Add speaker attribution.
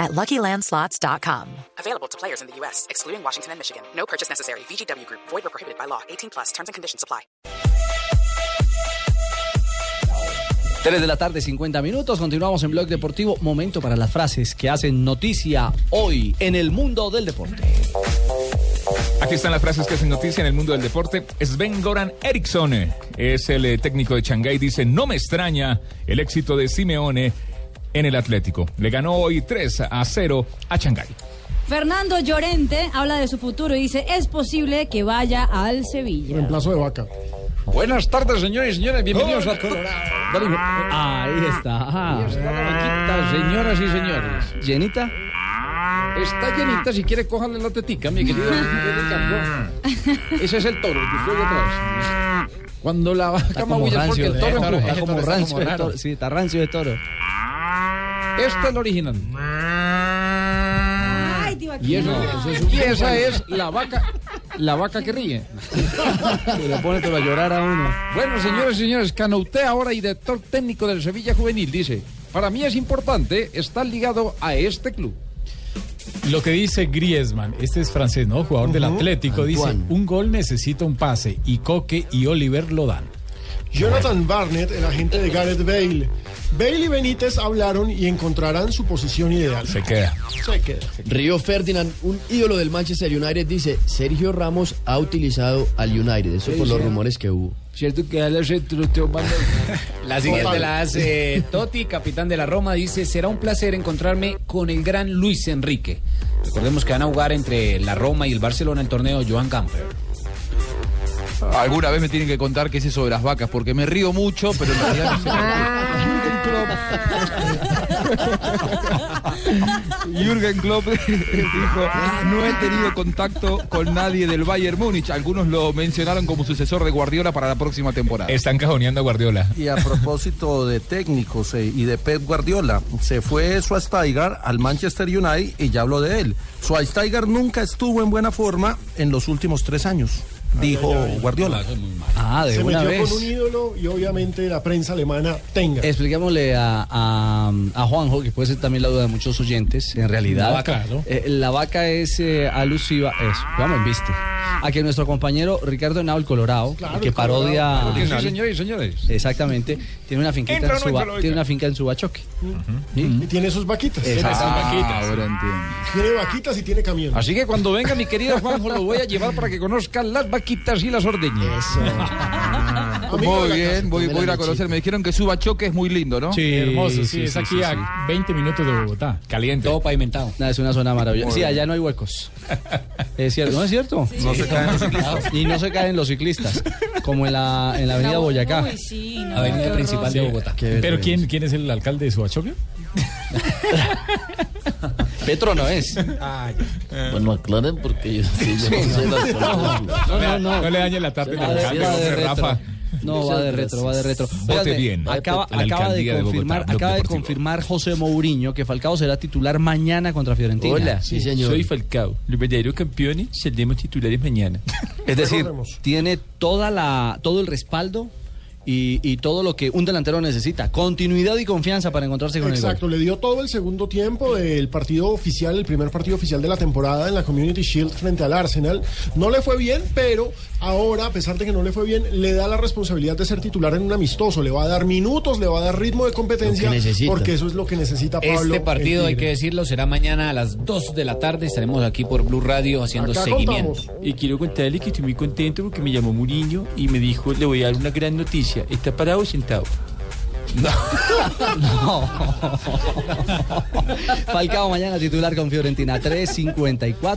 Speaker 1: at luckylandslots.com.
Speaker 2: Available to players in the U.S., excluding Washington and Michigan. No purchase necessary. VGW Group, void or prohibited by law. 18 plus terms and conditions apply.
Speaker 3: 3 de la tarde, 50 minutos. Continuamos en Blog Deportivo. Momento para las frases que hacen noticia hoy en el mundo del deporte.
Speaker 4: Aquí están las frases que hacen noticia en el mundo del deporte. Sven Goran Eriksson eh, es el eh, técnico de Shanghái. Dice: No me extraña el éxito de Simeone en el Atlético. Le ganó hoy 3 a 0 a Shanghái.
Speaker 5: Fernando Llorente habla de su futuro y dice, es posible que vaya al Sevilla.
Speaker 6: Reemplazo de vaca.
Speaker 7: Buenas tardes, señores y señores. Bienvenidos a todos.
Speaker 3: Ahí está.
Speaker 7: señoras y señores.
Speaker 3: ¿Llenita?
Speaker 7: Está llenita, si quiere, cójale la tetica, mi querido.
Speaker 3: Ah.
Speaker 7: Ese es el toro, el que estoy detrás. Cuando la vaca
Speaker 3: Como
Speaker 7: maulla es
Speaker 3: rancio.
Speaker 7: porque
Speaker 3: eh,
Speaker 7: el
Speaker 3: Está
Speaker 7: toro empuja.
Speaker 3: como rancio eh, de
Speaker 7: raro.
Speaker 3: toro. Sí, está rancio de toro.
Speaker 7: Esta Este es la original.
Speaker 5: Ay, tío, aquí
Speaker 7: Y, eso-
Speaker 5: no.
Speaker 7: y esa es la vaca, la vaca que ríe.
Speaker 3: Se lo pone pero a llorar a uno.
Speaker 7: Bueno, señores y señores, Canouté ahora y director técnico del Sevilla Juvenil dice, para mí es importante estar ligado a este club.
Speaker 8: Lo que dice Griezmann, este es francés, ¿no? Jugador del Atlético,
Speaker 6: Antoine.
Speaker 8: dice, un gol necesita un pase y Coque y Oliver lo dan.
Speaker 6: Jonathan Barnett, el agente de Gareth Bale. Bale y Benítez hablaron y encontrarán su posición ideal.
Speaker 4: Se queda.
Speaker 6: Se queda.
Speaker 9: Río Ferdinand, un ídolo del Manchester United, dice, Sergio Ramos ha utilizado al United. Eso por los rumores que hubo.
Speaker 7: ¿Cierto que él es el truteo mando?
Speaker 10: La siguiente la hace Totti, eh, capitán de la Roma, dice, será un placer encontrarme con el gran Luis Enrique. Recordemos que van a jugar entre la Roma y el Barcelona el torneo Joan Camper.
Speaker 11: Alguna vez me tienen que contar qué es eso de las vacas, porque me río mucho, pero en realidad no sé. Jürgen Klopp dijo, no he tenido contacto con nadie del Bayern Múnich. Algunos lo mencionaron como sucesor de Guardiola para la próxima temporada.
Speaker 4: Están cajoneando a Guardiola.
Speaker 10: Y a propósito de técnicos eh, y de Pep Guardiola, se fue Schweinsteiger al Manchester United y ya habló de él. Schweinsteiger nunca estuvo en buena forma en los últimos tres años, dijo Guardiola.
Speaker 3: Ah, de
Speaker 6: Se
Speaker 3: una
Speaker 6: metió
Speaker 3: vez.
Speaker 6: con un ídolo y obviamente la prensa alemana tenga.
Speaker 3: Expliquémosle a, a- a Juanjo, que puede ser también la duda de muchos oyentes, en realidad.
Speaker 8: La vaca, ¿no?
Speaker 3: Eh, la vaca es eh, alusiva, eso, vamos, viste. A que nuestro compañero Ricardo Henao, el Colorado,
Speaker 6: Claro,
Speaker 3: el que
Speaker 6: el Colorado.
Speaker 3: parodia.
Speaker 7: Porque sí, señores y señores.
Speaker 3: Exactamente, tiene una finquita
Speaker 4: Entra o
Speaker 3: en
Speaker 4: no
Speaker 3: Suba-
Speaker 4: entra la vaca.
Speaker 3: tiene una finca en Subachoque.
Speaker 6: Y tiene sus vaquitas.
Speaker 11: Ah, ahora entiendo.
Speaker 6: Tiene vaquitas y tiene camión.
Speaker 7: Así que cuando venga mi querido Juanjo lo voy a llevar para que conozca las vaquitas y las ordeñas.
Speaker 6: Amigo de
Speaker 11: Muy
Speaker 6: la casa.
Speaker 11: bien, voy, voy a ir a conocer. Me dijeron que Suba Choque es muy lindo, ¿no?
Speaker 8: Sí, hermoso, sí,
Speaker 3: sí,
Speaker 8: es
Speaker 3: sí,
Speaker 8: aquí
Speaker 3: sí,
Speaker 8: a 20 minutos de Bogotá.
Speaker 4: Caliente.
Speaker 10: Todo pavimentado.
Speaker 3: Nada, es una zona maravillosa. Sí, allá no hay huecos. Es cierto, ¿no es cierto?
Speaker 11: No se caen los ciclistas.
Speaker 3: Y no se caen los ciclistas, como en la, en la avenida Boyacá.
Speaker 5: Uy, sí, no, qué
Speaker 8: Ah,
Speaker 10: Avenida
Speaker 5: horror.
Speaker 10: principal de Bogotá.
Speaker 8: Pero ¿quién, ¿quién es el alcalde de Suachoque?
Speaker 3: Petro no es.
Speaker 9: Bueno, aclaren porque yo, sí, yo no sé las palabras.
Speaker 3: No, no, no.
Speaker 8: No le dañe la tarde al
Speaker 3: Va de-
Speaker 8: alcalde,
Speaker 3: va de
Speaker 8: hombre,
Speaker 3: retro.
Speaker 8: Rafa.
Speaker 3: No, va de retro, va de retro.
Speaker 4: Vote
Speaker 3: Óigame,
Speaker 4: bien.
Speaker 3: Acaba,
Speaker 4: La
Speaker 3: acaba de
Speaker 4: alcaldía de Bogotá,
Speaker 3: confirmar,
Speaker 4: Blog
Speaker 3: acaba de
Speaker 4: Deportivo.
Speaker 3: confirmar José Mourinho que Falcao será titular mañana contra Fiorentina.
Speaker 9: Hola, sí, señor.
Speaker 8: Falcao, los verdaderos campeones seremos titulares mañana.
Speaker 3: Es decir,
Speaker 6: Recordemos.
Speaker 3: tiene toda la, todo el respaldo y, y todo lo que un delantero necesita. Continuidad y confianza para encontrarse con
Speaker 6: Exacto, le dio todo el segundo tiempo del partido oficial, el primer partido oficial de la temporada en la Community Shield frente al Arsenal. No le fue bien, pero ahora, a pesar de que no le fue bien, le da la responsabilidad de ser titular en un amistoso. Le va a dar minutos, le va a dar ritmo de competencia,
Speaker 9: Lo que necesita.
Speaker 6: porque eso es lo que necesita Pablo.
Speaker 10: Este
Speaker 6: en
Speaker 10: partido, hay
Speaker 6: Tigre.
Speaker 10: que decirlo, será mañana a las 2 de la tarde. Estaremos aquí por Blue Radio haciendo
Speaker 6: Acá
Speaker 10: seguimiento.
Speaker 6: contamos.
Speaker 8: Y quiero contarle que estoy muy contento porque me llamó Muriño y me dijo, le voy a dar una gran noticia. ¿Está parado o sentado?
Speaker 3: el gol. Falcao mañana titular con Fiorentina 354.